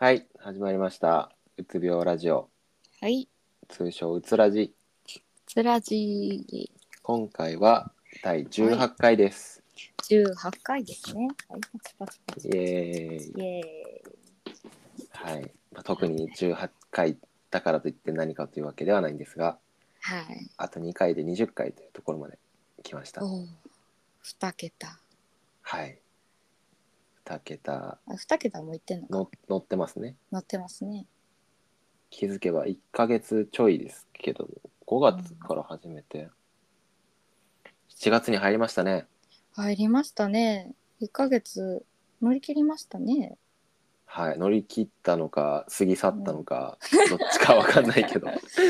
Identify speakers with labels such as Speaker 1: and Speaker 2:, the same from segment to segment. Speaker 1: はい、始まりました。うつ病ラジオ、
Speaker 2: はい、
Speaker 1: 通称うつラジ。
Speaker 2: つらじ
Speaker 1: 今回は第18回です。
Speaker 2: 十八回ですね。はい、パチパチパチ
Speaker 1: イエーイ。
Speaker 2: イエーイ。
Speaker 1: はい。まあ、特に18回だからといって何かというわけではないんですが、
Speaker 2: はい。
Speaker 1: あと2回で20回というところまで来ました。
Speaker 2: おお、二桁。
Speaker 1: はい。2桁
Speaker 2: あ、二桁もいってんのか。
Speaker 1: の乗ってますね。
Speaker 2: 乗ってますね。
Speaker 1: 気づけば1ヶ月ちょいですけど、5月から始めて、7月に入りましたね。
Speaker 2: 入りましたね。一ヶ月乗り切りましたね。
Speaker 1: はい、乗り切ったのか過ぎ去ったのか、どっちかわかんない けど
Speaker 2: 確か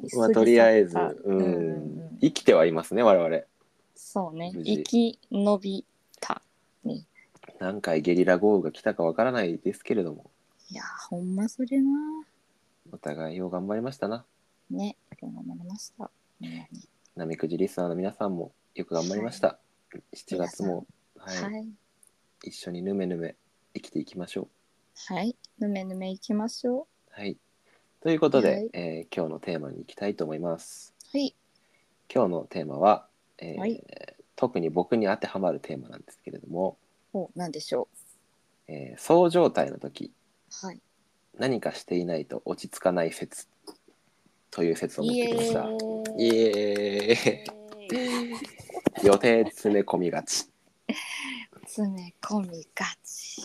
Speaker 2: に
Speaker 1: まあとりあえず
Speaker 2: 過ぎ去った
Speaker 1: うん
Speaker 2: うんうん
Speaker 1: 生きてはいますね我々
Speaker 2: そうね。
Speaker 1: 無事
Speaker 2: 生き延びた。
Speaker 1: 何回ゲリラ豪雨が来たかわからないですけれども
Speaker 2: いやー、ほんまそれな。
Speaker 1: お互いよう頑張りましたな
Speaker 2: ね、今日も乗りました。ほんまに
Speaker 1: なみくじリスナーの皆さんもよく頑張りました、7月も、はい
Speaker 2: はい。
Speaker 1: 一緒にぬめぬめ生きていきましょう
Speaker 2: はい。ぬめぬめいきましょ
Speaker 1: はいということで、
Speaker 2: はい
Speaker 1: えー今日のテーマに行きたいと思います
Speaker 2: う。はい。
Speaker 1: 今日のテーマは、えー
Speaker 2: はい
Speaker 1: 特に僕に当てはまるテーマなんですけれども、
Speaker 2: お、なんでしょ
Speaker 1: えー、そう状態の時
Speaker 2: う。はい。
Speaker 1: 何かしていないと落ち着かない説という説を持ってきました。イ
Speaker 2: イエ
Speaker 1: エ
Speaker 2: ーイ
Speaker 1: ーイ予定詰め込みがち
Speaker 2: 詰め込みがち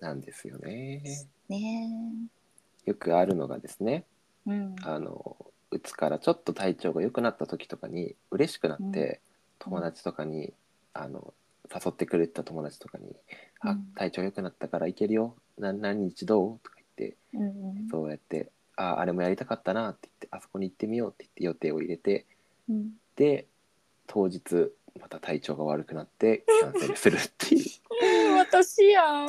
Speaker 1: なんですよね。
Speaker 2: ね
Speaker 1: よくあるのがですね
Speaker 2: えうん
Speaker 1: あのうつからちょっと体調が良くなった時とかに嬉しくなって、
Speaker 2: うん
Speaker 1: 友達とかにあの誘ってくれてた友達とかに「
Speaker 2: う
Speaker 1: あ
Speaker 2: ん
Speaker 1: 体調良くなったから行けるよな何日どう?」とか言って
Speaker 2: うんうん
Speaker 1: そうやって「ああれもやりたかったな」って言って「あそこに行ってみよう」って言って予定を入れて
Speaker 2: うん
Speaker 1: で当日また体調が悪くなってキャンセルするって いう
Speaker 2: うん私やん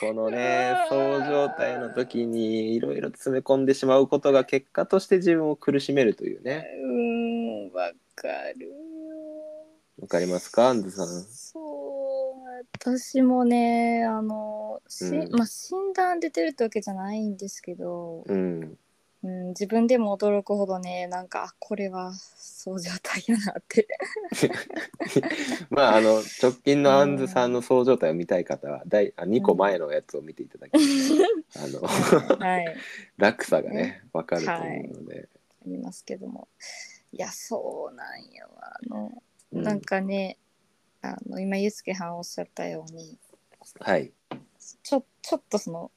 Speaker 1: このねそう状態の時にいろいろ詰め込んでしまうことが結果として自分を苦しめるというね
Speaker 2: うんわかるよ
Speaker 1: わかりますかアンズさん
Speaker 2: そう私もねあのし、
Speaker 1: うん
Speaker 2: まあ診断出てるってわけじゃないんですけど、
Speaker 1: うん
Speaker 2: うん、自分でも驚くほどねなんかあこれはそう状態やな って
Speaker 1: まああの直近のアンズさんのそう状態を見たい方は第あ2個前のやつを見ていただき、あの
Speaker 2: はいあ
Speaker 1: 落差がねわかると思うので、
Speaker 2: りますけどもいやそうなんやわあの
Speaker 1: うん
Speaker 2: なんかね、あの今ゆうすけはんおっしゃったように
Speaker 1: はい、
Speaker 2: ちょちょっとその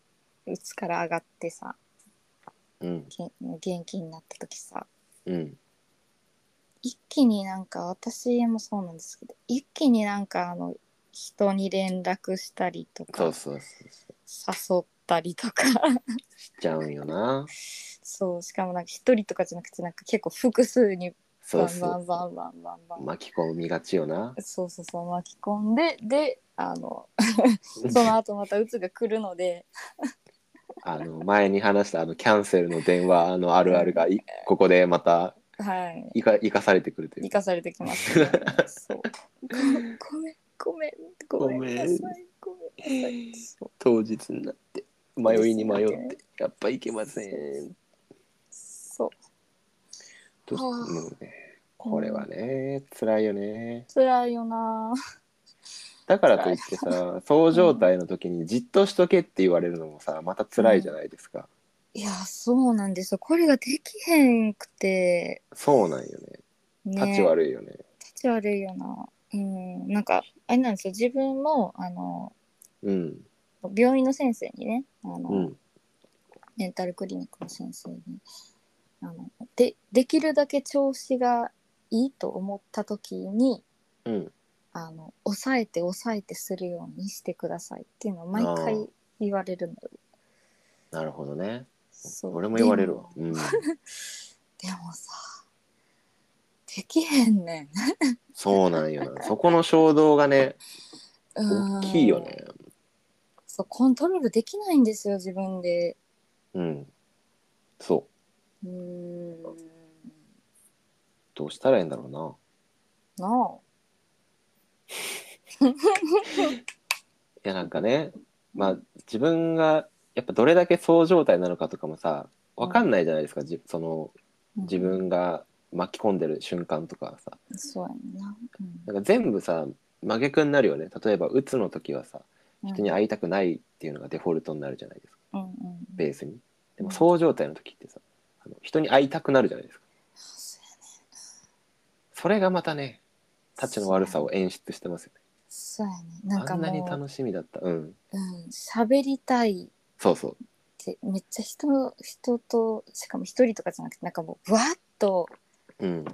Speaker 2: うつから上がってさ
Speaker 1: うん
Speaker 2: げ元気になった時さ
Speaker 1: うん、
Speaker 2: 一気になんか私もそうなんですけど一気になんかあの人に連絡したりと
Speaker 1: そ
Speaker 2: か
Speaker 1: うそうそうそう
Speaker 2: 誘ったりとか
Speaker 1: しちゃうんよな
Speaker 2: そうしかもなんか一人とかじゃなくてなんか結構複数に
Speaker 1: そ
Speaker 2: バ
Speaker 1: う
Speaker 2: ンバ
Speaker 1: そ
Speaker 2: ンバ
Speaker 1: う
Speaker 2: ンバンバンバン
Speaker 1: 巻き込みがちよな
Speaker 2: そうそうそう巻き込んでであのその後またうつが来るので。
Speaker 1: あの前に話したあのキャンセルの電話のあるあるがいここでまた
Speaker 2: はい、
Speaker 1: 生か生かされてくるとい
Speaker 2: 生
Speaker 1: う
Speaker 2: かされてきます、ね。そう。ごめん、ごめん、ごめんなさい、ごめんなさい。そう
Speaker 1: 当日になって迷いに迷ってやっぱいけません
Speaker 2: そう。
Speaker 1: と
Speaker 2: はあ
Speaker 1: もうねこれはね辛いよね
Speaker 2: 辛いよな。
Speaker 1: だからといってさそう状態の時にじっとしとけって言われるのもさまた辛いじゃないですか、
Speaker 2: いや、そうなんですよ。これができへんくて。
Speaker 1: そうなんよね
Speaker 2: ね、
Speaker 1: 立ち悪いよね
Speaker 2: 立ち悪いよな。うん、なんか、あれなんですよ。自分も、あの、
Speaker 1: うん
Speaker 2: 病院の先生にね、あの、
Speaker 1: うん
Speaker 2: メンタルクリニックの先生にあのでできるだけ調子がいいと思った時に
Speaker 1: うん
Speaker 2: あの抑えて抑えてするようにしてくださいっていうのを毎
Speaker 1: あー
Speaker 2: 回言われるのよ。
Speaker 1: なるほどね
Speaker 2: そう
Speaker 1: 俺も言われるわ
Speaker 2: でも
Speaker 1: うん
Speaker 2: でもさできへんねん。
Speaker 1: そうなんよな。そこの衝動がね、
Speaker 2: うん
Speaker 1: 大きいよね。
Speaker 2: そうコントロールできないんですよ自分で。
Speaker 1: うん。そう。
Speaker 2: うーん
Speaker 1: どうしたらいいんだろうな。
Speaker 2: なあ
Speaker 1: やなんかねまあ自分がやっぱどれだけそう状態なのかとかもさ分かんないじゃないですか、じその自分が巻き込んでる瞬間とかさ
Speaker 2: そうやんな、
Speaker 1: なんか全部さ真逆になるよね例えば鬱の時はさ
Speaker 2: うん、
Speaker 1: 人に会いたくないっていうのがデフォルトになるじゃないですか
Speaker 2: うんうん
Speaker 1: ベースにでもそう状態の時ってさあの人に会いたくなるじゃないですか
Speaker 2: そうやね
Speaker 1: それがまたねタッチの悪さを演出してますよね
Speaker 2: そうやねなん
Speaker 1: あ
Speaker 2: か
Speaker 1: んなに
Speaker 2: も
Speaker 1: 楽しみだったうん
Speaker 2: ううん喋りたい
Speaker 1: そうそう
Speaker 2: ってめっちゃ人の人としかも一人とかじゃなくてなんかもうわっと
Speaker 1: うん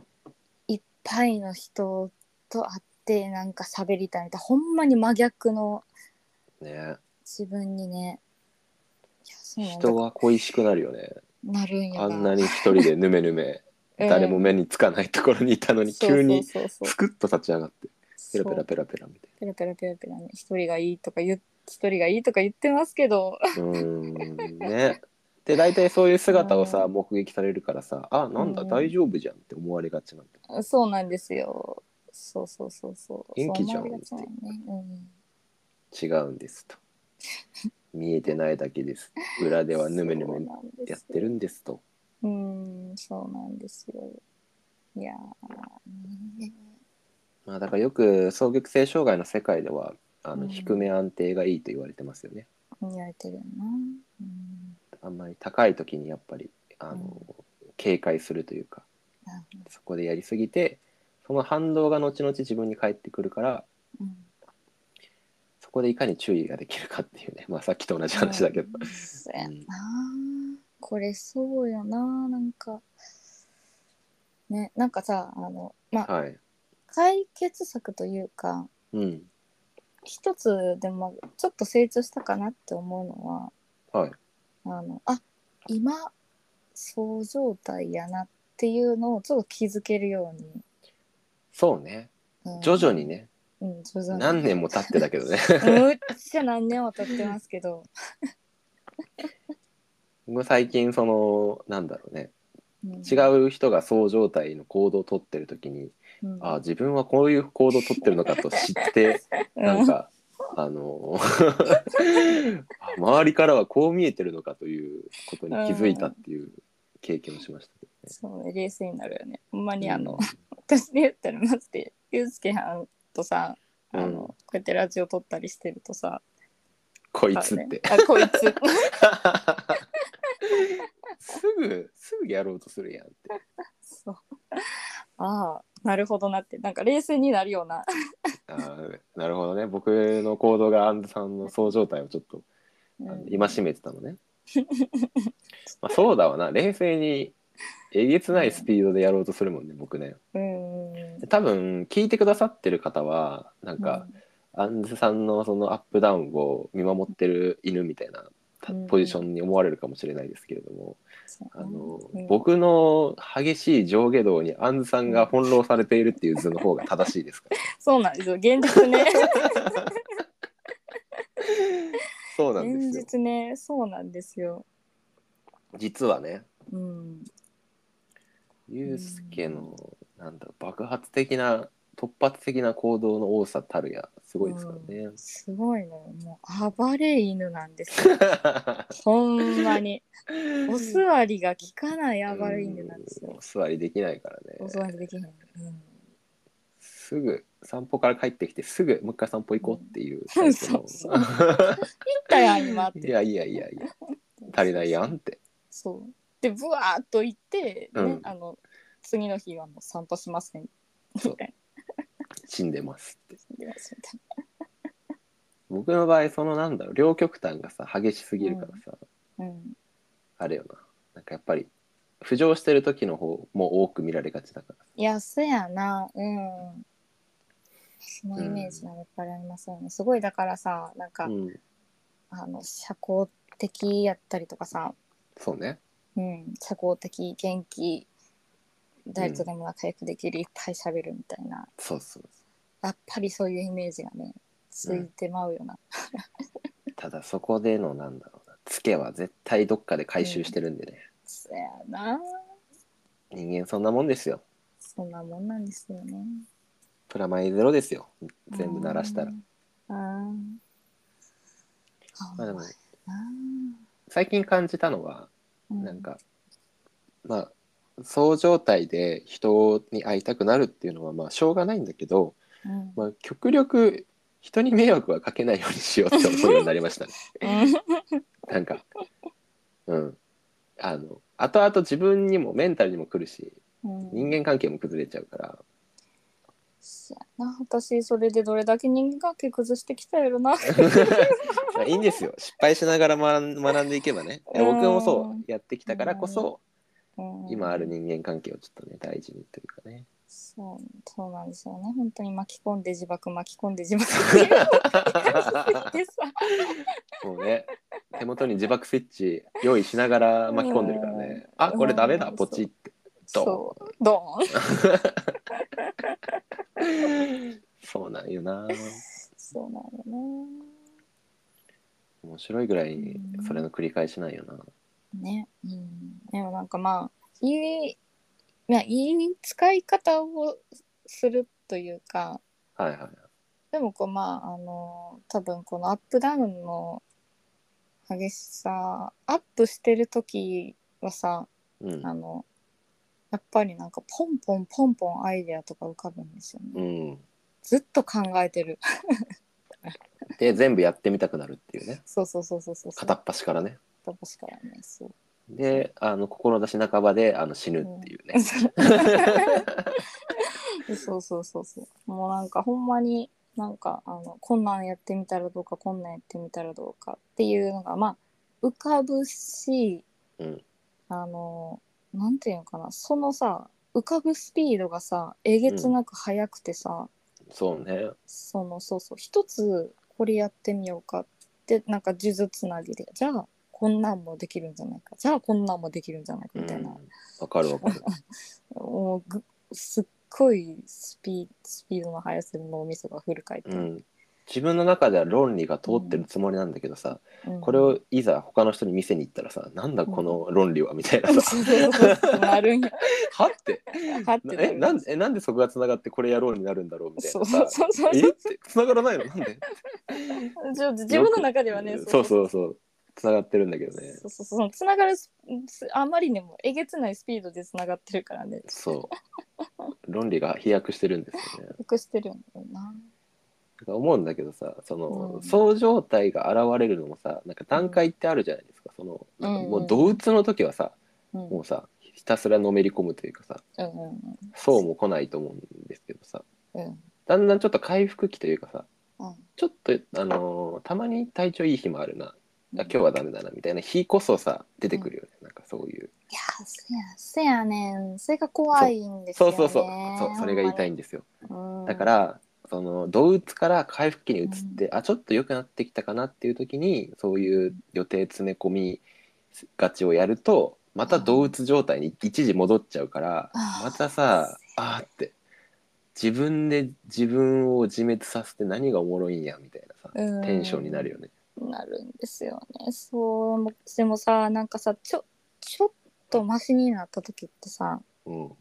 Speaker 2: いっぱいの人と会ってなんか喋りたいみたいなほんまに真逆の
Speaker 1: ね
Speaker 2: 自分にねいやそうなんだ
Speaker 1: 人は恋しくなるよね
Speaker 2: なるんや
Speaker 1: あ
Speaker 2: から
Speaker 1: んなに一人でぬめ ぬめ誰も目につかないところにいたのに急に
Speaker 2: そうそう
Speaker 1: スクッと立ち上がってペ
Speaker 2: そう
Speaker 1: ラペラペラペラみたい
Speaker 2: ペラペラペラペラね一人がいいとか言っ一人がいいとか言ってますけど
Speaker 1: なうーんねで大体そういう姿をさ
Speaker 2: う
Speaker 1: 目撃されるからさあなんだ
Speaker 2: うん
Speaker 1: 大丈夫じゃんって思われがちなんだ
Speaker 2: そうなんですよそうそうそうそう
Speaker 1: 元気じゃん
Speaker 2: そう思われがちなんよねうん
Speaker 1: 違うんです と見えてないだけです裏ではぬめぬめ
Speaker 2: そうなんです
Speaker 1: やってるんですと
Speaker 2: うんそうなんですよいやーね
Speaker 1: まあだからよく双極性障害の世界ではあの
Speaker 2: うん
Speaker 1: 低め安定がいいと言われてますよね
Speaker 2: 言われてるよな、うん、
Speaker 1: あんまり高い時にやっぱりあの警戒するというか
Speaker 2: なるほ
Speaker 1: そこでやりすぎてその反動が後々自分に返ってくるから
Speaker 2: どうん
Speaker 1: そこでいかに注意ができるかっていうね、 まあ、さっきと同じ話だけど、
Speaker 2: うんそうやなあこれそうやなあなんかねなんかさあのまあ
Speaker 1: はい、
Speaker 2: 解決策というか
Speaker 1: うん
Speaker 2: 一つでもちょっと成長したかなって思うの
Speaker 1: はい、
Speaker 2: はあのあ今そう状態やなっていうのをちょっと気づけるように、
Speaker 1: そうね
Speaker 2: うん
Speaker 1: 徐々にね、
Speaker 2: うん徐々に
Speaker 1: 何年も経ってたけど ね
Speaker 2: むっちゃ何年も経ってますけど、
Speaker 1: 僕も最近そのなんだろうね
Speaker 2: うん
Speaker 1: 違う人がそう状態の行動をとってる時に
Speaker 2: うん
Speaker 1: ああ自分はこういう行動をとってるのかと知ってなんか、あの ー周りからはこう見えてるのかということに気づいたっていう経験をしましたけ
Speaker 2: そう冷静になるよねほんま
Speaker 1: どね、
Speaker 2: にあの、私で言ったらマジでユースケはんとさあの、
Speaker 1: うん
Speaker 2: こうやってラジオ撮ったりしてるとさ
Speaker 1: こいつって、
Speaker 2: あ,、ね、あこいつ
Speaker 1: すぐすぐやろうとするやんって
Speaker 2: そうああなるほどなってなんか冷静になるような
Speaker 1: あーなるほどね僕の行動がアンズさんのそう状態をちょっとあの戒めてたのねまあそうだわな冷静にえげつないスピードでやろうとするもんね僕ね
Speaker 2: うんうん
Speaker 1: 多分聞いてくださってる方はなんか、
Speaker 2: うん
Speaker 1: アンズさんのそのアップダウンを見守ってる犬みたいなた
Speaker 2: うん
Speaker 1: ポジションに思われるかもしれないですけれども、
Speaker 2: そう
Speaker 1: あの
Speaker 2: うん
Speaker 1: 僕の激しい上下動にアンズさんが翻弄されているっていう図の方が正しいですから
Speaker 2: そうなんですよ現実ね
Speaker 1: そうなんですよ
Speaker 2: 現実ねそうなんですよ
Speaker 1: 実はね
Speaker 2: うん
Speaker 1: ユうスケのなんだろう爆発的な突発的な行動の多さたるやすごいですからね、
Speaker 2: すごいのよもう暴れ犬なんです よほんまにお座りが効かない暴れ犬なんです
Speaker 1: う
Speaker 2: よ
Speaker 1: お座りできないから
Speaker 2: お
Speaker 1: ね
Speaker 2: 座りできへん、うん
Speaker 1: すぐ散歩から帰ってきてすぐもう一回散歩行こうっていうタ
Speaker 2: う
Speaker 1: イ
Speaker 2: ん
Speaker 1: プの
Speaker 2: そうそうったやん今って
Speaker 1: いやいやいやいや足りないやんって
Speaker 2: そうでブワーっと行って、ね
Speaker 1: うん
Speaker 2: あの次の日はもう散歩しません
Speaker 1: そう
Speaker 2: みたい
Speaker 1: 死んでますって
Speaker 2: なみたい
Speaker 1: 僕の場合そのなんだろう両極端がさ激しすぎるからさ、
Speaker 2: なうん
Speaker 1: あれよななんかやっぱり浮上してる時の方も多く見られがちだから
Speaker 2: いやそやなうんそのイメージはやっぱりありますよね、すごいだからさなんか、
Speaker 1: うん、
Speaker 2: あの社交的やったりとかさ、
Speaker 1: そうね
Speaker 2: うん、社交的元気誰とでも仲良くできる、いっぱい喋るみたいな
Speaker 1: そうそう
Speaker 2: やっぱりそういうイメージがねついてまうよな、
Speaker 1: ただそこでのなんだろうなツケは絶対どっかで回収してるんでね、
Speaker 2: そやな
Speaker 1: 人間そんなもんですよ
Speaker 2: そんなもんなんですよね
Speaker 1: プラマイゼロですよ全部鳴らしたら
Speaker 2: あーあーあ
Speaker 1: まあでも
Speaker 2: うま
Speaker 1: 最近感じたのは
Speaker 2: いな
Speaker 1: なんか、まあそう状態で人に会いたくなるっていうのはまあしょうがないんだけど、
Speaker 2: うん
Speaker 1: まあ、極力人に迷惑はかけないようにしようって思うようになりましたね。
Speaker 2: うん
Speaker 1: なんか、うん。あの、後々自分にもメンタルにも来るし、
Speaker 2: うん
Speaker 1: 人間関係も崩れちゃうから、
Speaker 2: そうやな私それでどれだけ人間関係崩してきたやろ な
Speaker 1: まあいいんですよ。失敗しながら学ん学んでいけばね。いや僕もそうやってきたからこそ、
Speaker 2: うん
Speaker 1: 今ある人間関係をちょっとね、大事にというかね。
Speaker 2: そうそうなんですよね本当に巻き込んで 自爆巻き込んで自爆っていうのが出てさ
Speaker 1: もうね、手元に自爆スイッチ用意しながら巻き込んでるからね。あ、これダメだ、ポチって。ド
Speaker 2: そうドーン
Speaker 1: ンそうなんよな。
Speaker 2: そうなの
Speaker 1: 面白いぐらい、それの繰り返しなんよな。
Speaker 2: ねね、うん、でもなんかまあいいまあいい使い方をするというか
Speaker 1: はいはい。
Speaker 2: でもこうまああの多分このアップダウンの激しさアップしてる時はさ
Speaker 1: うん。
Speaker 2: あのやっぱりなんかポンポンポンポンアイデアとか浮かぶんですよね。
Speaker 1: うん。
Speaker 2: ずっと考えてる。
Speaker 1: で全部やってみたくなるっていうね
Speaker 2: そうそうそうそうそう。
Speaker 1: 片っ端からね
Speaker 2: っ端からね。そう。
Speaker 1: であの志半ばであの死ぬっていうね、
Speaker 2: そうそうそうそう。もうなんかほんまになんかあのこんなんやってみたらどうかこんなんやってみたらどうかっていうのがまあ浮かぶし、
Speaker 1: うん
Speaker 2: あのなんていうのかなそのさ浮かぶスピードがさえげつなく速くてさ、
Speaker 1: そうね
Speaker 2: そのそうそう一つこれやってみようかってなんか数珠つなぎでじゃあこんなんもできるんじゃないかじゃあこんなんもできるんじゃないか
Speaker 1: う
Speaker 2: みたい
Speaker 1: ん
Speaker 2: な、
Speaker 1: わかるわかる
Speaker 2: もうぐすっごいスピスピードの速さで脳みそがフル回
Speaker 1: う
Speaker 2: 転、
Speaker 1: ん自分の中では論理が通ってるつもりなんだけどさ、
Speaker 2: うん
Speaker 1: これをいざ他の人に見せに行ったらさなんだこの論理はみたいな
Speaker 2: そう
Speaker 1: さ、
Speaker 2: そうそうそうなるんや
Speaker 1: はって
Speaker 2: はって
Speaker 1: えなん
Speaker 2: で
Speaker 1: えなんでそこがつながってこれやろうになるんだろうみたい
Speaker 2: そう
Speaker 1: な
Speaker 2: そう
Speaker 1: さ
Speaker 2: そうそう
Speaker 1: えってつながらないのなんで
Speaker 2: ちょ自分の 中ではね
Speaker 1: そうそうそうつながってるんだけどね
Speaker 2: そうそうそうつながるすすあまりにもえげつないスピードでつながってるからね
Speaker 1: そう論理が飛躍してるんですよね
Speaker 2: 得してるんだよな
Speaker 1: なんか思うんだけどさその、
Speaker 2: うん
Speaker 1: そう状態が現れるのもさなんか段階ってあるじゃないですかそのなんかも
Speaker 2: うんう
Speaker 1: うん同鬱の時はさ、
Speaker 2: うん
Speaker 1: もうさひたすらのめり込むというかさ
Speaker 2: うんうん
Speaker 1: そうも来ないと思うんですけどさ
Speaker 2: うん
Speaker 1: だんだんちょっと回復期というかさ
Speaker 2: うん
Speaker 1: ちょっと、あのーたまに体調いい日もあるなあ今日
Speaker 2: い
Speaker 1: はダメだなみたいな日こそさ出てくるよね、なんかそういう
Speaker 2: やせやせやねんそれが怖いんです
Speaker 1: そ
Speaker 2: よ
Speaker 1: う
Speaker 2: ね
Speaker 1: そうそうそうそれが言いたいんですよだか、らその動物から回復期に移って、あちょっと良くなってきたかなっていう時にそういう予定詰め込みがちをやるとまた動物状態に一時戻っちゃうから、
Speaker 2: あー
Speaker 1: またさあーって自分で自分を自滅させて何がおもろいんやみたいなさ、
Speaker 2: うん
Speaker 1: テンションになるよね。
Speaker 2: なるんですよねそうでもさなんかさちょちょっとマシになった時ってさ
Speaker 1: うん、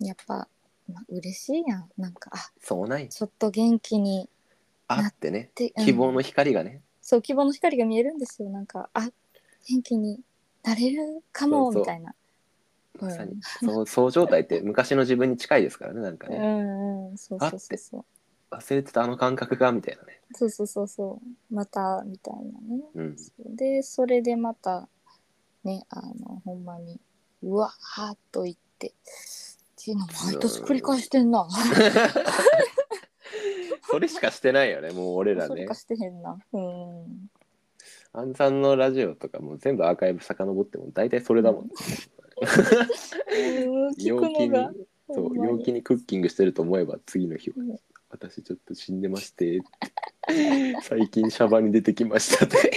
Speaker 2: やっぱ、まあ、嬉しいやんなんかあ
Speaker 1: そうない
Speaker 2: ちょっと元気に
Speaker 1: あってね
Speaker 2: て、うん
Speaker 1: 希望の光がね、
Speaker 2: そう希望の光が見えるんですよなんかあ元気になれるかも
Speaker 1: そうそう
Speaker 2: みたいな
Speaker 1: まさにそうそう状態って昔の自分に近いですからねなんか
Speaker 2: う
Speaker 1: ね、
Speaker 2: んうんそうそうそうそう
Speaker 1: 忘れてたあの感覚がみたいなね。
Speaker 2: そうそうそうそうまたみたいなね
Speaker 1: うん
Speaker 2: でそれでまたねあのほんまにうわーっといってっていうの毎年繰り返してんな、
Speaker 1: それしかしてないよねもう俺ら
Speaker 2: それ
Speaker 1: ね
Speaker 2: かしてへんなうん
Speaker 1: あんさんのラジオとかもう全部アーカイブ遡っても大体それだもん
Speaker 2: うん聞
Speaker 1: 陽
Speaker 2: く
Speaker 1: 気
Speaker 2: の
Speaker 1: に
Speaker 2: が
Speaker 1: そ
Speaker 2: ほ
Speaker 1: うん
Speaker 2: まに
Speaker 1: 陽気にクッキングしてると思えば次の日は
Speaker 2: うん
Speaker 1: 私ちょっと死んでまして最近シャバに出てきましたって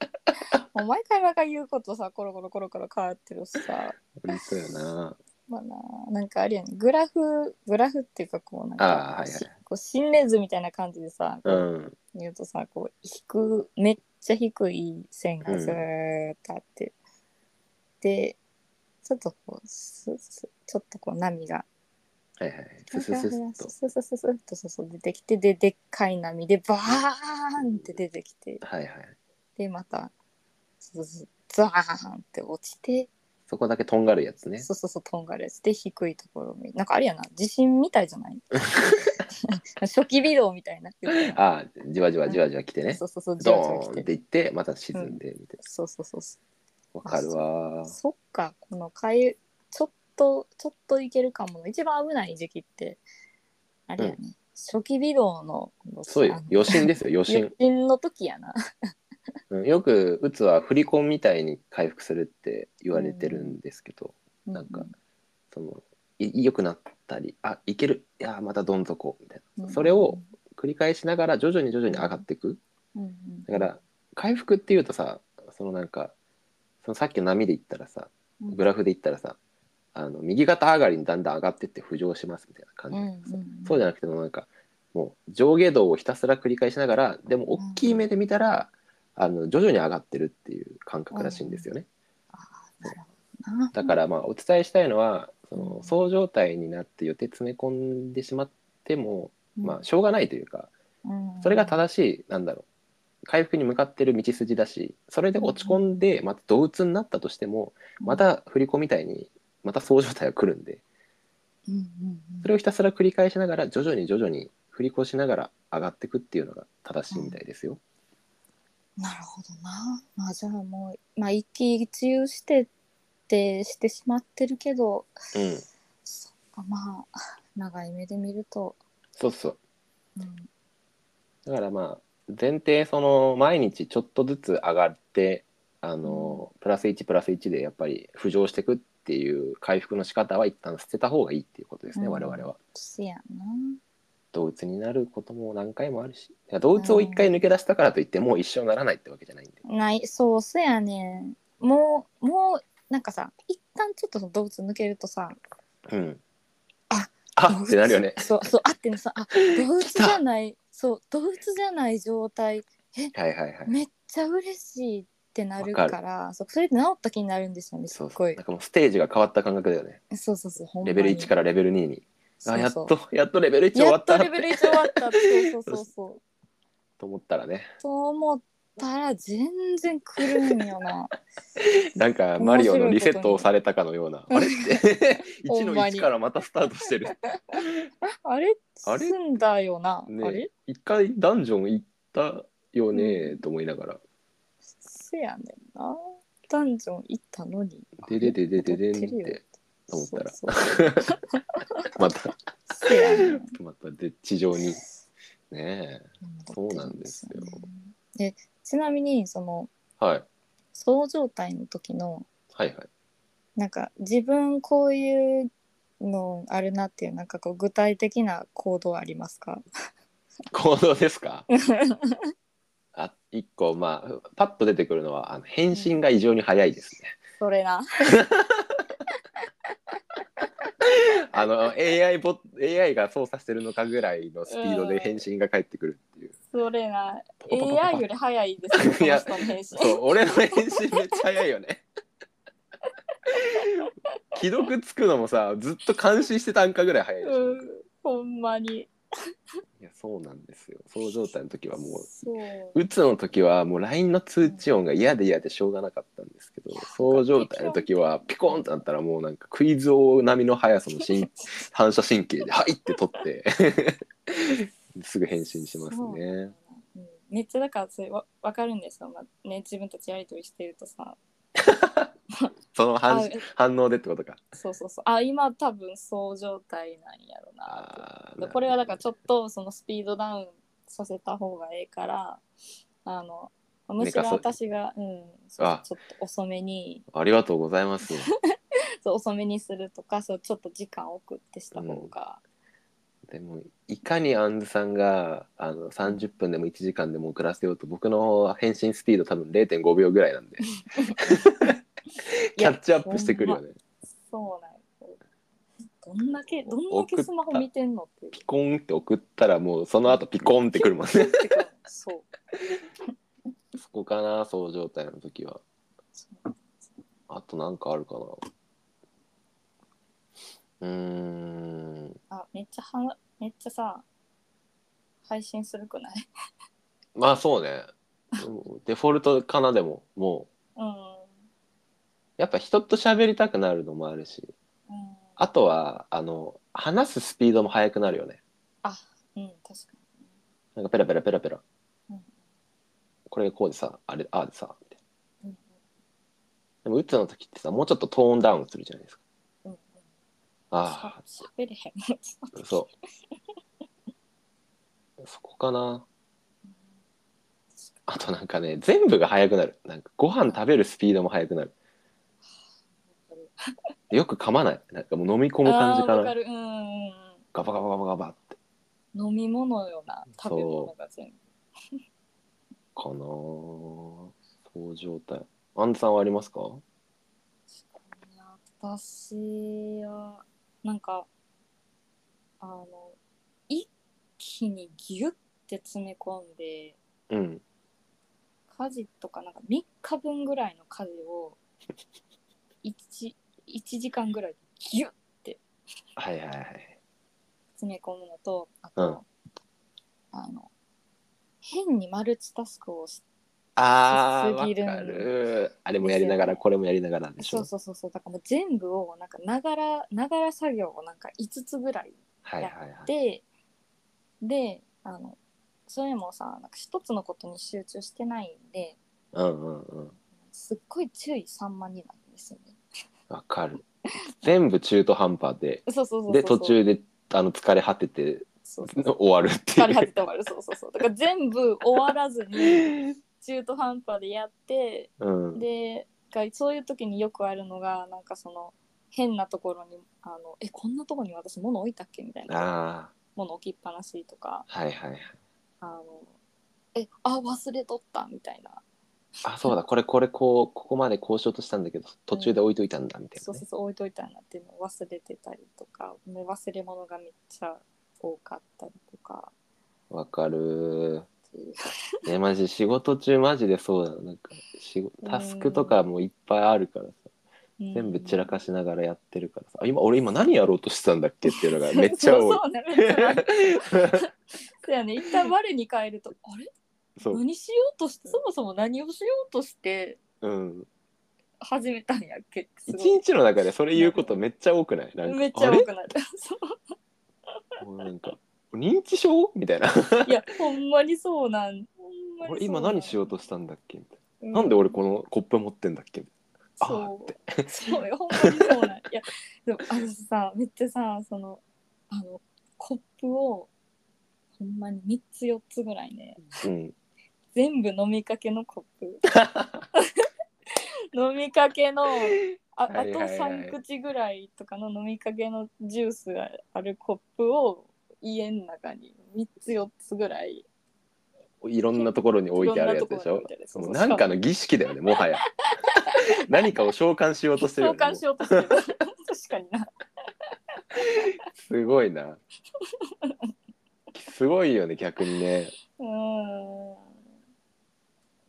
Speaker 2: お前からが言うことさコロコロコロコロ変わってるしさ
Speaker 1: 本当やな
Speaker 2: まあななんかあれやねグラフグラフっていうかこうなん
Speaker 1: あー
Speaker 2: か
Speaker 1: はいはい
Speaker 2: しこう心霊図みたいな感じでさ、こ
Speaker 1: う
Speaker 2: うん見るとさこう低めっちゃ低い線がずーっとあって、でちょっとこうすすちょっとこう波が
Speaker 1: はいはい。
Speaker 2: ふ
Speaker 1: ス
Speaker 2: らふ
Speaker 1: ス
Speaker 2: らふ
Speaker 1: スッ
Speaker 2: ら
Speaker 1: と
Speaker 2: ス。ススススッとそうそう出てきてででっかい波でバーンって出てきて
Speaker 1: はいはい。
Speaker 2: でまたスススザーンって落ちて
Speaker 1: そこだけとんがるやつね。
Speaker 2: そうそうそうとんがるやつで低いところを見なんかあれやな地震みたいじゃ ない初期微動みたいな
Speaker 1: ああ、じわじわじわじわ来てね
Speaker 2: そ。うそうそうじわじわ
Speaker 1: ド
Speaker 2: 来
Speaker 1: ーン
Speaker 2: て
Speaker 1: っていって、また沈んでみたい
Speaker 2: そうそうそうそ
Speaker 1: な。わかるわ
Speaker 2: う。そっかこのかゆちょっとちょっといけるかもの一番危ない時期ってあれやね、初期微動の
Speaker 1: そうよ
Speaker 2: あの。
Speaker 1: 余震ですよ、余震
Speaker 2: 余。震の時やな
Speaker 1: うんよく、うつは振り込みみたいに回復するって言われてるんですけど、なんかその、い良くなったり、あ、いける、いやー、またどん底みたいな。それを、繰り返しながら徐々に徐々に上がっていく。
Speaker 2: うんうん
Speaker 1: だから、回復っていうとさ、そのなんか、そのさっきの波で言ったらさ、
Speaker 2: うん
Speaker 1: グラフで言ったらさ、あの右肩上がりにだんだん上がってって浮上しますみたいな感じ、
Speaker 2: うんうん
Speaker 1: そうじゃなくてもうなんかもう上下動をひたすら繰り返しながらでも大きい目で見たら、あの徐々に上がってるっていう感覚らしいんですよね、
Speaker 2: あーなるほどな
Speaker 1: だからまあお伝えしたいのはその
Speaker 2: うん
Speaker 1: そう状態になって予定詰め込んでしまっても、まあ、しょうがないというか
Speaker 2: うん
Speaker 1: それが正しいなんだろう回復に向かってる道筋だしそれで落ち込んでまた動鬱になったとしてもまた振り子みたいにまたそう状態が来るんで
Speaker 2: うんうんうん
Speaker 1: それをひたすら繰り返しながら徐々に徐々に振り子しながら上がっていくっていうのが正しいみたいですよ。
Speaker 2: なるほどな。まあじゃあもう、まあ一喜一憂してってしてしまってるけど、
Speaker 1: うん、
Speaker 2: そっかまあ、長い目で見ると、
Speaker 1: そうそう
Speaker 2: うん、
Speaker 1: だからまあ前提その毎日ちょっとずつ上がってあのプラス1プラス1でやっぱり浮上していくっていう回復の仕方は一旦捨てた方がいいっていうことですね、
Speaker 2: うん
Speaker 1: 我々は。
Speaker 2: せやな。
Speaker 1: 動物になることも何回もあるしいや動物を一回抜け出したからといってもう一生ならないってわけじゃないんで。
Speaker 2: ない、そう、せやねん。もう、もう、なんかさ、一旦ちょっとその動物抜けるとさ、
Speaker 1: うん、
Speaker 2: あ
Speaker 1: あってなるよね。
Speaker 2: そう、そう、あってね、そう、あ、動物じゃない、そう、動物じゃない状態、
Speaker 1: はいはいはい。
Speaker 2: めっちゃ嬉しいってなる
Speaker 1: わ
Speaker 2: か、
Speaker 1: から
Speaker 2: そうそれで治った気になるんですよね、す
Speaker 1: そ
Speaker 2: っ
Speaker 1: うそ
Speaker 2: ご
Speaker 1: う
Speaker 2: い
Speaker 1: なん。かもうステージが変わった感覚だよね。
Speaker 2: そうそうそう、ほんま
Speaker 1: レ
Speaker 2: に
Speaker 1: ベル1からレベル2に。あやっ
Speaker 2: そう
Speaker 1: とやっとレベル1
Speaker 2: そう
Speaker 1: 終わった
Speaker 2: やっ
Speaker 1: な
Speaker 2: と
Speaker 1: っ
Speaker 2: レベル
Speaker 1: て
Speaker 2: 1終わったってそうそうそうそう
Speaker 1: と思ったらね
Speaker 2: と思ったら全然来るんよな
Speaker 1: なんかマリオのリセットをされたかのようなあ れって1の1からまたスタートしてる
Speaker 2: あれ
Speaker 1: あれ
Speaker 2: 済んだよなあれ,、
Speaker 1: ねえ一回ダンジョン行ったよね
Speaker 2: うん
Speaker 1: と思いながら
Speaker 2: せやねんなダンジョン行ったのに
Speaker 1: ででででででんっ
Speaker 2: 戻るよ
Speaker 1: て思ったら
Speaker 2: そうそう
Speaker 1: また
Speaker 2: せやねん
Speaker 1: またで地上にねそうなんですよ
Speaker 2: でちなみにその
Speaker 1: え、はい、
Speaker 2: そう状態の時の
Speaker 1: はいはい
Speaker 2: なんか自分こういうのあるなっていうなんかこう具体的な行動ありますか
Speaker 1: 行動です かあ一個まあパッと出てくるのはあの返信が異常に早いですね
Speaker 2: それな
Speaker 1: あの AI, ボ AI が操作してるのかぐらいのスピード
Speaker 2: う
Speaker 1: で
Speaker 2: ん
Speaker 1: 返信が返ってくるっていう
Speaker 2: それな
Speaker 1: パパパパパ
Speaker 2: AI より早いですよ、こ
Speaker 1: いや
Speaker 2: の人の返信。
Speaker 1: そう俺の返信めっちゃ早いよね既読つくのもさずっと監視してたんかぐらい早いでしょ、
Speaker 2: うん、ほんまに。
Speaker 1: いやそうなんですよそう状態の時はも
Speaker 2: そう。
Speaker 1: ううつの時はもう LINE の通知音が嫌で嫌でしょうがなかったんですけどそう状態の時はピコンとなったらもうなんかクイズ王並みの速さの神反射神経で「はい!」って取って すぐ返信しますね。
Speaker 2: うんめっちゃだからそれわわかるんですよ、まあね、自分たちやりとりしてるとさ
Speaker 1: その
Speaker 2: あ
Speaker 1: 反反応でってことか。
Speaker 2: そうそうそうあ今多分そう状態なんやろ
Speaker 1: あ
Speaker 2: なと
Speaker 1: ー
Speaker 2: これはだからちょっとそのスピードダウンさせた方がええからあのむしろ
Speaker 1: 寝かそう
Speaker 2: 私が、うん、そう
Speaker 1: あ
Speaker 2: ちょっと遅めに
Speaker 1: ありがとうございます。
Speaker 2: そう遅めにするとかそうちょっと時間を送ってした方が、
Speaker 1: でもいかにアンズさんがあの30分でも1時間でも遅らせようと僕の返信スピード多分0.5秒ぐらいなん でキャッチアップしてくるよね。
Speaker 2: そうなんよどんだけ、どんだけスマホ見てんの っていう。
Speaker 1: ピコンって送ったらもうその後ピコンってくるもん ね。
Speaker 2: てかそう。
Speaker 1: そこかなそう状態の時は。
Speaker 2: そう
Speaker 1: あとなんかあるかな。うーん
Speaker 2: あさめっちゃはめっちゃさ配信するくない
Speaker 1: まあそうねデフォルトかなでもも
Speaker 2: うん
Speaker 1: うやっぱ人と喋りたくなるのもあるし
Speaker 2: うん
Speaker 1: あとはあの話すスピードも速くなるよね
Speaker 2: あうん確か
Speaker 1: なんかペラペラペラペラ、
Speaker 2: うん
Speaker 1: これこうでさあれああでさみたいな
Speaker 2: にうん
Speaker 1: でもうつの時ってさもうちょっとトーンダウンするじゃないですか
Speaker 2: うんうん
Speaker 1: あ
Speaker 2: さ喋れへんもんその
Speaker 1: あ
Speaker 2: 時
Speaker 1: そうそこかな
Speaker 2: うん
Speaker 1: あとなんかね全部が速くなるなんかご飯食べるスピードも速く なるよく噛まないなんかもう飲み込む感
Speaker 2: あ
Speaker 1: じ
Speaker 2: ー
Speaker 1: か
Speaker 2: わ
Speaker 1: な
Speaker 2: かるうんうんうん
Speaker 1: ガバガバガバガバって
Speaker 2: 飲み物よな
Speaker 1: そう
Speaker 2: 食べ物が全
Speaker 1: かなあそう状態アンさんはありますか
Speaker 2: 部いや私はなんかあの一気にギュッて詰め込んで
Speaker 1: うん
Speaker 2: 家事とかなんか3日分ぐらいの家事 を 1, 1時間ぐらいギュッ
Speaker 1: はいはいはい
Speaker 2: 詰め込むのとあと、あの変にマルチタスクをし
Speaker 1: あー
Speaker 2: しすぎるん
Speaker 1: わかるあれもやりながらこれもやりながらでしょ
Speaker 2: そうそうそうそうだからもう全部をなんかながらながら作業をなんか5つぐらい
Speaker 1: はいはいはい
Speaker 2: でであのそれもさなんか一つのことに集中してないんで
Speaker 1: うんうんうん
Speaker 2: すっごい注意散漫になるんですよね。
Speaker 1: わかる全部中途半端で
Speaker 2: そうそうそうそう
Speaker 1: で途中であの疲れ果てて
Speaker 2: そうそうそう
Speaker 1: 終わるって
Speaker 2: 疲れ果
Speaker 1: い
Speaker 2: てて終わるそうそうそうだから全部終わらずに
Speaker 1: う。
Speaker 2: 中途半端でやって
Speaker 1: うん、
Speaker 2: でがそういう時によくあるのがなんかその変なところにあのえこんなところに私物置いたっけみたいな
Speaker 1: あ
Speaker 2: 物置きっぱなしとか
Speaker 1: あはいはいはい
Speaker 2: あのえあ忘れとったみたいな
Speaker 1: あそうだこれこれこうここまでこうしようとしたんだけど途中で置いといたんだみたい
Speaker 2: そ
Speaker 1: な、ね
Speaker 2: うそうそう置いといたなっていうのを忘れてたりとかね忘れ物がめっちゃ多かったりとか
Speaker 1: わかる
Speaker 2: っていう
Speaker 1: いやマジ仕事中マジでそうだなんか仕事タスクとかもいっぱいあるからさ全部散らかしながらやってるからさあ今俺今何やろうとしてたんだっけっていうの がめっちゃ多
Speaker 2: そう
Speaker 1: い
Speaker 2: そうねめっちゃ多いそうやね一旦我に返るとあれ
Speaker 1: そう
Speaker 2: 何しようとしてそもそも何をしようとして
Speaker 1: うん
Speaker 2: 始めたんやっけす
Speaker 1: 一
Speaker 2: ごい
Speaker 1: 日の中でそれ言うことめっちゃ多くないなんか
Speaker 2: めっちゃ
Speaker 1: あれ
Speaker 2: 多くなる そう
Speaker 1: もうなんか認知症みたいな
Speaker 2: いやほんまにそうなんほんま に
Speaker 1: 俺今何しようとしたんだっけみたい
Speaker 2: と
Speaker 1: ななんで俺このコップ持ってんだっけあー
Speaker 2: そうそうよほんまにそうなんいやでも私さめっちゃさそのあのコップをほんまに3つ4つぐらいね
Speaker 1: うん
Speaker 2: 全部飲みかけのコップ飲みかけのああと
Speaker 1: はいはいはい
Speaker 2: 3口ぐらいとかの飲みかけのジュースがあるコップを家の中に3つ4つぐらい
Speaker 1: いろんなところに置いてあるやつでし
Speaker 2: いろんなと
Speaker 1: ょ
Speaker 2: ころに置いてあるやつ
Speaker 1: もうなんかの儀式だよねも はや何かを召喚しようとしてるよ
Speaker 2: 交
Speaker 1: ね
Speaker 2: 換しようとしてる確かにな
Speaker 1: すごいなすごいよね逆にね、
Speaker 2: うーん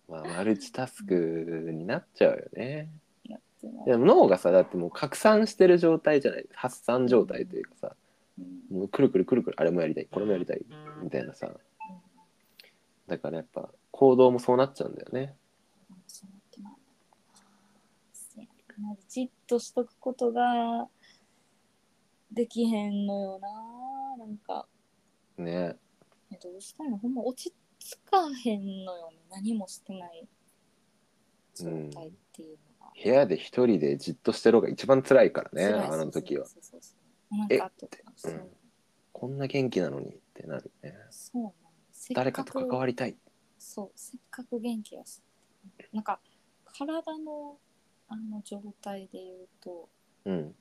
Speaker 1: まあ、マルチタスクになっちゃうよね
Speaker 2: なってない
Speaker 1: でも脳がさだってもう拡散してる状態じゃない発散状態というかさ
Speaker 2: うん
Speaker 1: もうくるくるくるくるあれもやりたいこれもやりたいみたいなさだからやっぱ行動もそうなっちゃうんだよね
Speaker 2: そうなってまうなじっとしとくことができへんのよななんか
Speaker 1: ね
Speaker 2: えどうしたらいいのほんま落ち着かへんのよね何もしてない状態っていうのが、
Speaker 1: 部屋で一人でじっとしてる方が一番辛いからね
Speaker 2: 辛い
Speaker 1: あの時は
Speaker 2: そうそうそうそうなんかあとそう,、
Speaker 1: うんこんな元気なのにってなるね
Speaker 2: そうなんせっ
Speaker 1: 誰かと関わりたい
Speaker 2: そうせっかく元気やしなんか体のあの状態で言うと
Speaker 1: うん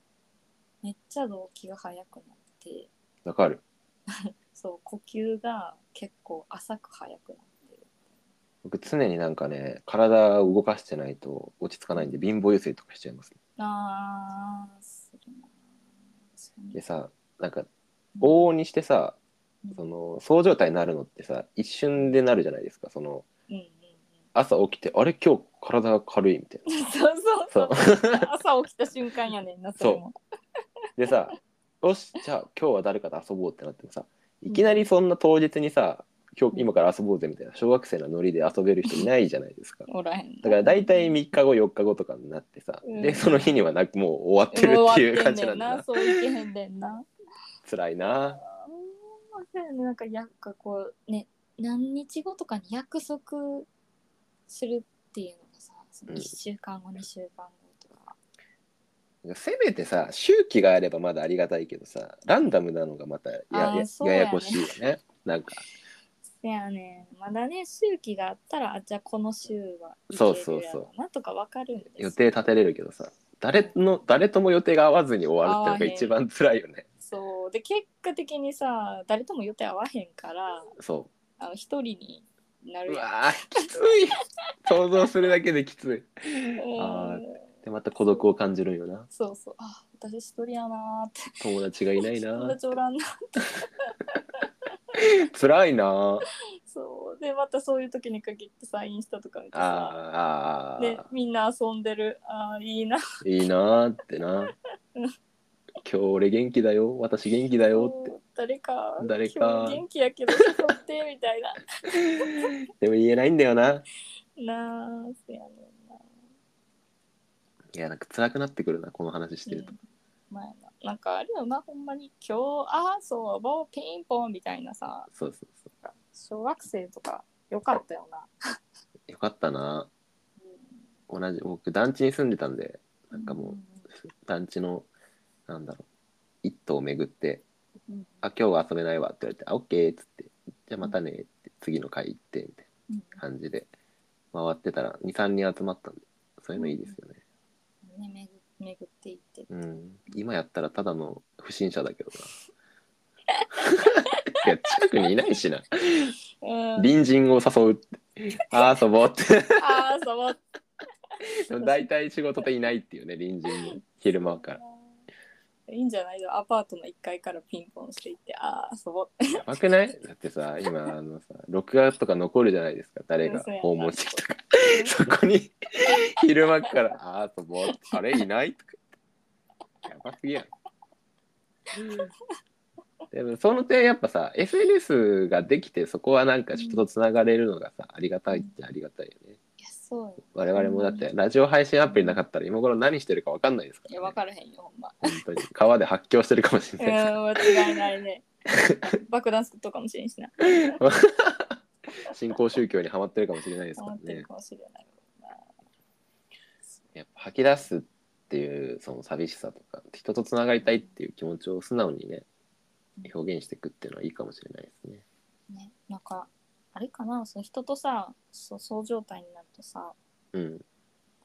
Speaker 2: めっちゃ動悸が速くなって、
Speaker 1: わかる
Speaker 2: そう呼吸が結構浅く速くなってる
Speaker 1: 僕常になんかね体を動かしてないと落ち着かないんで貧乏ゆすりとかしちゃいます、
Speaker 2: あーするなそうね
Speaker 1: でさなんか往々にしてさ
Speaker 2: うん
Speaker 1: そのそう状態になるのってさ一瞬でなるじゃないですかその
Speaker 2: うんうん
Speaker 1: 朝起きてあれ今日体が軽いみたいな
Speaker 2: うんそうそうそう
Speaker 1: そう
Speaker 2: 朝起きた瞬間やねんなそれも
Speaker 1: でさよしじゃあ今日は誰かと遊ぼうってなってもさいきなりそんな当日にさ今日今から遊ぼうぜみたいな小学生のノリで遊べる人いないじゃないですか
Speaker 2: おらへん
Speaker 1: だから大体3日後4日後とかになってさ、
Speaker 2: うん
Speaker 1: でその日にはなくもう終わってる
Speaker 2: も
Speaker 1: って
Speaker 2: 終
Speaker 1: いう
Speaker 2: わ
Speaker 1: 感
Speaker 2: って
Speaker 1: じ
Speaker 2: ん
Speaker 1: な
Speaker 2: ね
Speaker 1: ん
Speaker 2: ん
Speaker 1: だ
Speaker 2: な
Speaker 1: な
Speaker 2: そういけへんでんな
Speaker 1: 辛いな
Speaker 2: あーそうやねなんかやなんかこうね何日後とかに約束するっていうのがさその
Speaker 1: うん
Speaker 2: 1週間後、二2週間後とか
Speaker 1: せめてさ周期があればまだありがたいけどさランダムなのがまたや
Speaker 2: あー
Speaker 1: や
Speaker 2: そうやね
Speaker 1: ややこしいよねなんか
Speaker 2: せやねんまだね周期があったらあじゃあこの週は
Speaker 1: そ
Speaker 2: 行
Speaker 1: う
Speaker 2: け
Speaker 1: そうそう
Speaker 2: るやろうなとかわかるんです
Speaker 1: 予定立てれるけどさ誰の誰とも予定が合わずに終わるってのが一番辛いよね
Speaker 2: そうで結果的にさ誰とも予定合わへんから
Speaker 1: そ
Speaker 2: あの一人にな
Speaker 1: うう
Speaker 2: るやん
Speaker 1: わ ーきつい想像するだけできついあ
Speaker 2: うん
Speaker 1: でまた孤独を感じるんよな
Speaker 2: そうそうあ私一人やなーって
Speaker 1: 友達がいない
Speaker 2: 友
Speaker 1: な
Speaker 2: 達おらんな
Speaker 1: 辛いな
Speaker 2: そうでまたそういう時に限ってさインスタとか見てさ
Speaker 1: あーあ
Speaker 2: でみんな遊んでるあーいいな
Speaker 1: ーいいなーってな
Speaker 2: うん
Speaker 1: 今日俺元気だよ私元気だよって
Speaker 2: そう誰か
Speaker 1: 誰か
Speaker 2: 今日元気やけど誘ってみたいな
Speaker 1: でも言えないんだよな
Speaker 2: なあせやねんな、
Speaker 1: いやなんか辛くなってくるなこの話してると、
Speaker 2: うん、まあやななんかあれよなほんまに今日遊ぼうピンポンみたいなさ
Speaker 1: そうそうそ
Speaker 2: 小学生とかよかったよな、
Speaker 1: うよかったな
Speaker 2: う
Speaker 1: 同じ僕団地に住んでたんでなんかもう、
Speaker 2: うん
Speaker 1: 団地のなんだろう一棟を巡って
Speaker 2: うん
Speaker 1: 「あ今日は遊べないわ」って言われて「あオッケー」っつって「じゃあまたね」って次の回行ってみたい
Speaker 2: うん
Speaker 1: な感じで回ってたら23人集まったんでそういうのいいですよね
Speaker 2: ねめぐ巡っていって
Speaker 1: うん、今やったらただの不審者だけどな いや近くにいないしな
Speaker 2: うん
Speaker 1: 隣人を誘うってあー遊ぼうって
Speaker 2: ああそう思っ
Speaker 1: でも大体仕事でいないっていうね隣人も昼間から
Speaker 2: たいいんじゃないのアパートの1階からピンポンしていってああ遊ぼう
Speaker 1: やばくないだってさ今あのさ録画とか残るじゃないですか誰が訪問してきたか そこに昼間から「ああとぼうあれいない?」とか言ってやばすぎやん。でもその点やっぱさ SNS ができてそこはなんか人とつながれるのがさありがたいってありがたいよね。
Speaker 2: いやそうよ
Speaker 1: 我々もだってラジオ配信アプリなかったら今頃何してるか分かんないですから、
Speaker 2: い
Speaker 1: ね。
Speaker 2: や分からへんよほん ま
Speaker 1: 本当に川で発狂してるかもし
Speaker 2: う
Speaker 1: れ
Speaker 2: ん
Speaker 1: ないですから
Speaker 2: 間違いないね爆弾作っとくかもしれんしな
Speaker 1: 新興宗教にはまってるかもしれないですか
Speaker 2: 思って
Speaker 1: らね
Speaker 2: るかもしれないもんな
Speaker 1: やっぱ吐き出すっていうその寂しさとか人とつながりたいっていう気持ちを素直にね表現していくっていうのはいいかもしれないですね
Speaker 2: ねなんかあれかなその人とさそうそう状態になるとさ
Speaker 1: うん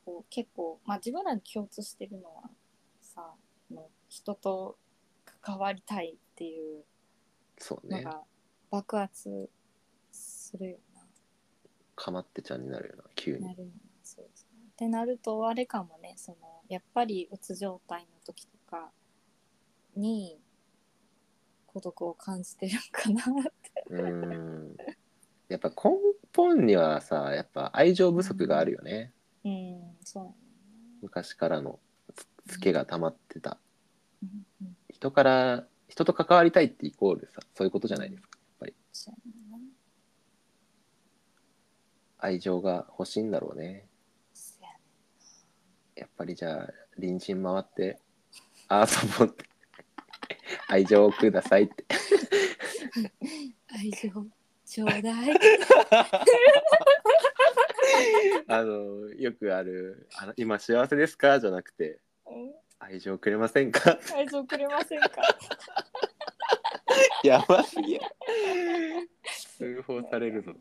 Speaker 2: こう結構まあ自分らに共通してるのはさあの人と関わりたいっていう
Speaker 1: そう
Speaker 2: の
Speaker 1: ね
Speaker 2: が爆発するよな。
Speaker 1: かまってちゃんになるような急
Speaker 2: な
Speaker 1: に
Speaker 2: るよなそうですね。ってなるとあれかもねそのやっぱりうつ状態の時とかに孤独を感じてるんかなって。
Speaker 1: うーんやっぱ根本にはさやっぱ愛情不足があるよね
Speaker 2: うんそうやね
Speaker 1: 昔からのつけが溜まってた
Speaker 2: うんうん
Speaker 1: 人から人と関わりたいってイコールさそういうことじゃないですか
Speaker 2: そうやねんな
Speaker 1: 愛情が欲しいんだろうね
Speaker 2: そうやね
Speaker 1: やっぱりじゃあ隣人回ってあー遊ぼうって愛情をくださいって
Speaker 2: 愛情ちょうだい。
Speaker 1: あのよくある「あの今幸せですか?」じゃなくて
Speaker 2: うん
Speaker 1: 「愛情くれませんか?
Speaker 2: 愛情くれませんか。」
Speaker 1: やばすぎる通報されるぞ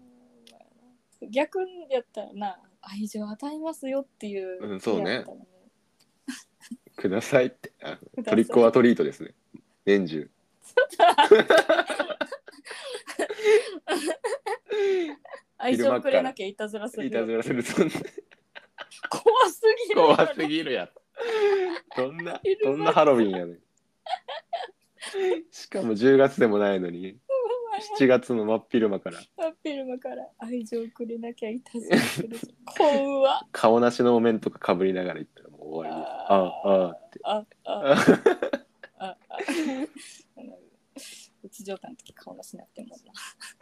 Speaker 2: 逆にやったらな愛情与えますよっていう、
Speaker 1: うんそうね
Speaker 2: やったら
Speaker 1: 「ください」ってあの
Speaker 2: ください
Speaker 1: トリックオアトリートですね年中
Speaker 2: 愛情くれなきゃいたずらする
Speaker 1: いたずらするぞ
Speaker 2: 怖すぎ る
Speaker 1: 怖すぎるやろどんなどんなハロウィンやねんしかも10月でもないのに7月の真っ昼間から
Speaker 2: アッピルマから愛情くれなきゃいたずらする怖っ
Speaker 1: 顔なしのお面とかかぶりながら行ったらもう終わりですああああって
Speaker 2: あああああのうつ状態の時顔出しなくてもな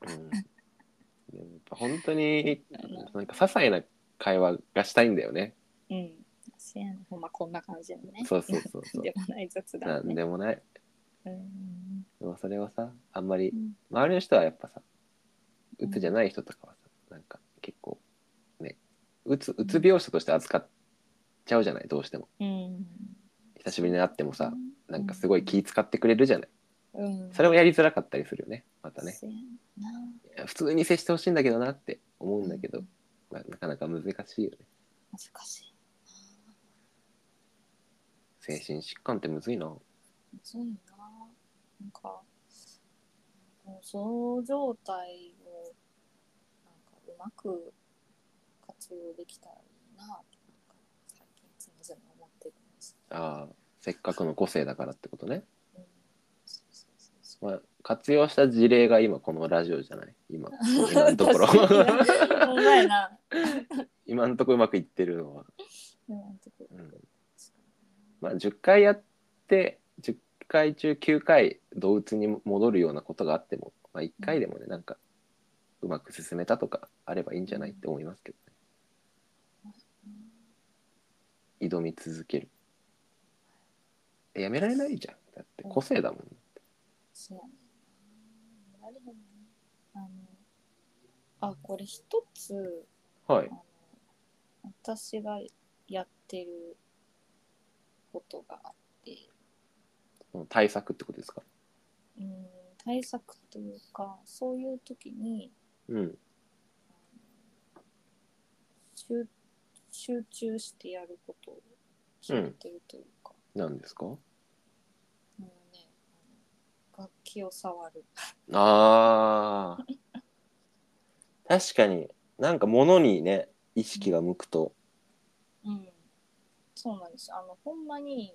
Speaker 1: うん、でもやっぱ本当に
Speaker 2: あの
Speaker 1: なんか些細な会話がしたいんだよね。
Speaker 2: うんせやねほんまこんな感じのね
Speaker 1: そうそうそうそう。
Speaker 2: でもない雑
Speaker 1: な
Speaker 2: 談、
Speaker 1: ん
Speaker 2: ね、
Speaker 1: でもない。
Speaker 2: うん
Speaker 1: でもそれはさあんまり
Speaker 2: うん
Speaker 1: 周りの人はやっぱさ
Speaker 2: う
Speaker 1: うんつじゃない人とかはさなんか結構ねうつうつ病者として扱っちゃうじゃないどうしても
Speaker 2: うん
Speaker 1: 久しぶりに会ってもさなんかすごい
Speaker 2: い、
Speaker 1: 気使ってくれるじゃない
Speaker 2: うん、
Speaker 1: それもやりづらかったりするよねまたね
Speaker 2: せやない
Speaker 1: や普通に接してほしいんだけどなって思うんだけど、まあ、なかなか難しいよね
Speaker 2: 難しい
Speaker 1: 精神疾患ってむずいな
Speaker 2: むずいななんかもうその状態をなんかうまく活用できたらいいなとなんか最近常々思ってるんです、
Speaker 1: あーせっかくの個性だからってことね、
Speaker 2: うん、そうそうそうそう
Speaker 1: まあ、活用した事例が今このラジオじゃない今 今のと ころ
Speaker 2: 確かにほんまやな。
Speaker 1: 今のところうまくいってるのは、
Speaker 2: うんとこ
Speaker 1: うん
Speaker 2: 確か
Speaker 1: まあ、10回やって10回中9回同鬱に戻るようなことがあっても、まあ、1回でもねなんかうまく進めたとかあればいいんじゃないって思いますけど
Speaker 2: にうん
Speaker 1: ね挑み続けるやめられないじゃんだって個性だもん、
Speaker 2: そうやねんな。あれだね。あの、あ、これ一つ、
Speaker 1: はい
Speaker 2: あの、私がやってることがあって、
Speaker 1: その対策ってことですか
Speaker 2: うん、対策というか、そういう時に、
Speaker 1: うん
Speaker 2: あの集集中してやることを決めてるというか、
Speaker 1: 何ですか
Speaker 2: もうね、あの楽器を触る。
Speaker 1: あー確かになんか物にね意識が向くと
Speaker 2: うん、そうなんですあのほんまに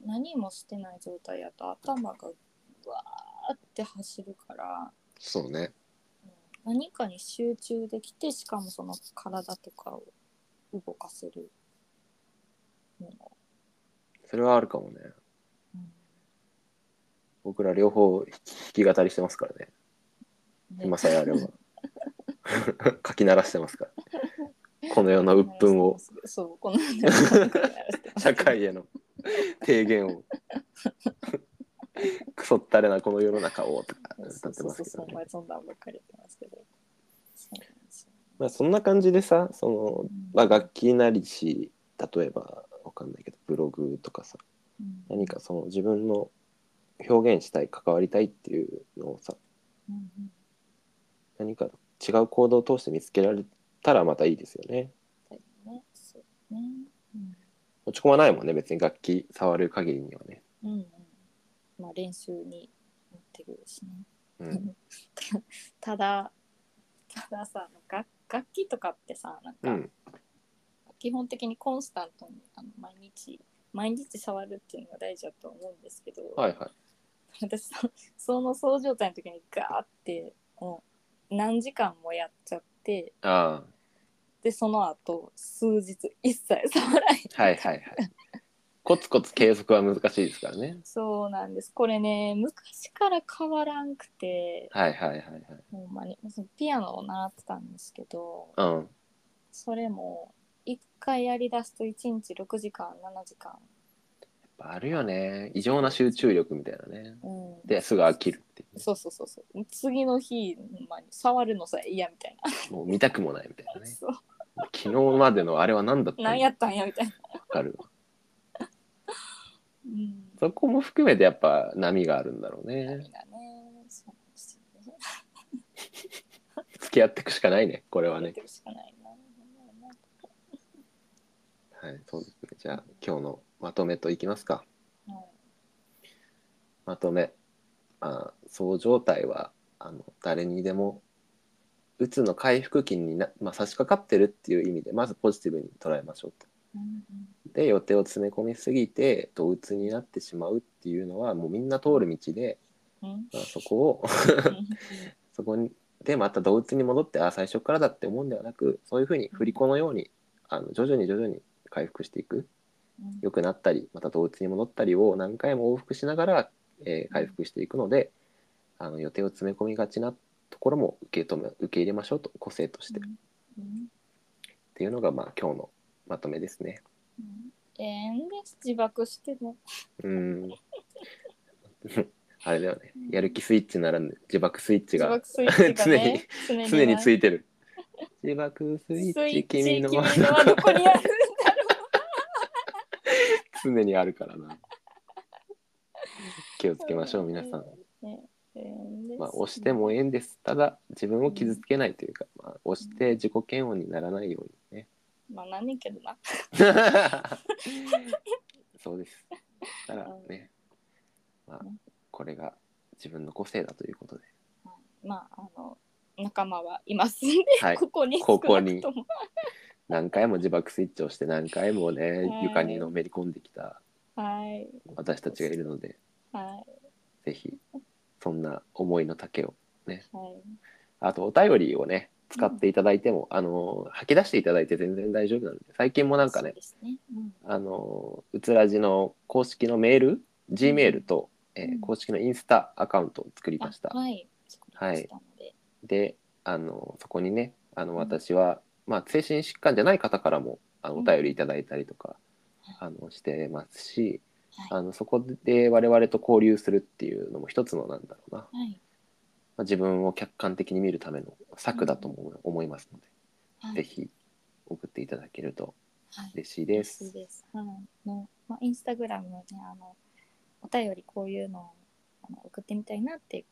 Speaker 2: 何もしてない状態やと頭がうわーって走るから、
Speaker 1: そうね
Speaker 2: うん何かに集中できてしかもその体とかを動かせるもの、
Speaker 1: それはあるかもね僕ら両方弾き語りしてますからね
Speaker 2: ね
Speaker 1: 今さえあればかき鳴らしてますからこの世の鬱憤を
Speaker 2: そうこの世の
Speaker 1: 社会への提言 をクソったれなこの世の中をとか歌
Speaker 2: そう
Speaker 1: って
Speaker 2: そ
Speaker 1: ますけど
Speaker 2: うそうそう
Speaker 1: ね
Speaker 2: 前そんなんばっかり言ってますけどそうなんですよ
Speaker 1: まあそんな感じでさその、まあ、楽器なりし例えばわかんないけどブログとかさ
Speaker 2: うん
Speaker 1: 何かその自分の表現したい関わりたいっていうのをさ
Speaker 2: うんうん
Speaker 1: 何か違う行動を通して見つけられたらまたいいですよね。
Speaker 2: だよねそうねうん
Speaker 1: 落ち込まないもんね別に楽器触る限りにはね。
Speaker 2: うんうん、まあ練習に持ってくるしね。
Speaker 1: うん、
Speaker 2: ただたださ楽楽器とかってさなん
Speaker 1: う
Speaker 2: か、
Speaker 1: ん、
Speaker 2: 基本的にコンスタントにあの毎日毎日触るっていうのが大事だと思うんですけど、
Speaker 1: はいはい。
Speaker 2: 私そそのそう状態の時にガーってもう何時間もやっちゃって
Speaker 1: あ
Speaker 2: でその後数日一切触らへん
Speaker 1: あ はいはいはい。コツコツ継続は難しいですからね。
Speaker 2: そうなんですこれね昔から変わらんくて
Speaker 1: はいはいはいはい。
Speaker 2: ほんまにそのピアノを習ってたんですけど
Speaker 1: うん。
Speaker 2: それも一回やりだすと一日6時間7時間、
Speaker 1: あるよね異常な集中力みたいなね。
Speaker 2: うん、
Speaker 1: ですぐ飽きるっていうね
Speaker 2: そうそうそうそう次の日、まあ、触るのさえ嫌みたいな、
Speaker 1: もう見たくもないみたいなね。
Speaker 2: そう
Speaker 1: 昨日までのあれは何だったの
Speaker 2: 何やったんやみたいな、
Speaker 1: わかる。
Speaker 2: うん、
Speaker 1: そこも含めてやっぱ波があるんだろう
Speaker 2: みん
Speaker 1: ね。
Speaker 2: なねそうなんですよね
Speaker 1: 付き合っていくしかないねこれは
Speaker 2: やっ
Speaker 1: ね。
Speaker 2: てるしかないな
Speaker 1: はいそうですね。じゃあ今日のまとめといきますか。
Speaker 2: はい
Speaker 1: まとめ、まあ、そう状態はあの誰にでもうつの回復期にな、まあ、差し掛かってるっていう意味でまずポジティブに捉えましょうと。
Speaker 2: うん
Speaker 1: で予定を詰め込みすぎてうつになってしまうっていうのはもうみんな通る道で、
Speaker 2: うんうん
Speaker 1: まあ、そこをそこにでまたうつに戻ってあ最初からだって思うんではなくそういうふうに振り子のようにあの徐々に徐々に回復していく
Speaker 2: うん
Speaker 1: 良くなったりまた同一に戻ったりを何回も往復しながら、えー回復していくのであの予定を詰め込みがちなところも受け止め受け入れましょうと個性として、っ
Speaker 2: うん
Speaker 1: ていうのがまあ今日のまとめですね。
Speaker 2: うんええんです自爆しても
Speaker 1: うん あれだよねやる気スイッチならぬ自爆スイッチ
Speaker 2: 自
Speaker 1: が
Speaker 2: 爆スイッチがね常
Speaker 1: 常につ
Speaker 2: い
Speaker 1: いてる。自爆スイッチ君の
Speaker 2: 君のはどこにあるんだ
Speaker 1: 常にあるから な。気をつけましょう皆さん。
Speaker 2: ろうねええんです
Speaker 1: まあ、押してもええんです。ただ、自分を傷つけないというか、まあ、押して自己嫌悪にならないよう にね。
Speaker 2: まあ何けどな
Speaker 1: そうです。だからね、まあ、これが自分の個性だということで、
Speaker 2: まああの仲間はいますんで、
Speaker 1: はい
Speaker 2: ここに
Speaker 1: ここに
Speaker 2: 少なくとも
Speaker 1: 何回も自爆スイッチをして、何回も
Speaker 2: は
Speaker 1: ね
Speaker 2: い、
Speaker 1: 床にのめり込んできた
Speaker 2: はい
Speaker 1: 私たちがいるので、
Speaker 2: はい
Speaker 1: ぜひ、そんな思いの丈を。
Speaker 2: はい
Speaker 1: あと、お便りをね、使っていただいても、あの、吐き出していただいて全然大丈夫なので、最近もなんかね
Speaker 2: そう、ですねうん
Speaker 1: あのうつらじの公式のメール G メールと、えー
Speaker 2: うん
Speaker 1: 公式のインスタアカウントを作り
Speaker 2: あ
Speaker 1: ました、
Speaker 2: はい作りましたので、
Speaker 1: であのそこにねあの
Speaker 2: うん
Speaker 1: 私は、まあ、精神疾患じゃない方からもあの
Speaker 2: うん
Speaker 1: お便りいただいたりとか、あのしてますし、
Speaker 2: はい
Speaker 1: あのそこで我々と交流するっていうのも一つのなんだろうな、ま
Speaker 2: はい
Speaker 1: あ、自分を客観的に見るための策だとも思いますので、
Speaker 2: はい
Speaker 1: ぜひ送っていただけると
Speaker 2: はい
Speaker 1: 嬉しいで
Speaker 2: 嬉しい
Speaker 1: す。
Speaker 2: です。はい。の、まあ、インスタグラムね、あの、お便りこういうのをあの送ってみたいなって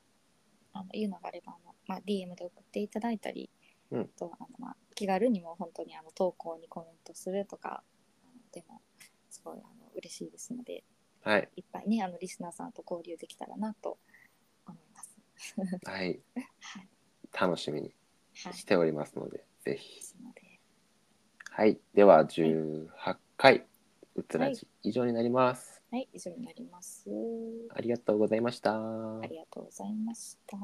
Speaker 2: あのいうのがあれば、あのまあ、DM で送っていただいたり、
Speaker 1: うん
Speaker 2: あとあの、まあ、気軽にもう本当にあの投稿にコメントするとか、あのでも、すごいあの嬉しいですので、
Speaker 1: はい、
Speaker 2: いっぱいね、あのリスナーさんと交流できたらなと思います。
Speaker 1: はい、
Speaker 2: はい。
Speaker 1: 楽しみに
Speaker 2: はい。
Speaker 1: しておりますので、ぜひ
Speaker 2: ですので、
Speaker 1: はい、では18回、うつらじ、以上になります。
Speaker 2: はい、以上になります。
Speaker 1: ありがとうございました。
Speaker 2: ありがとうございました。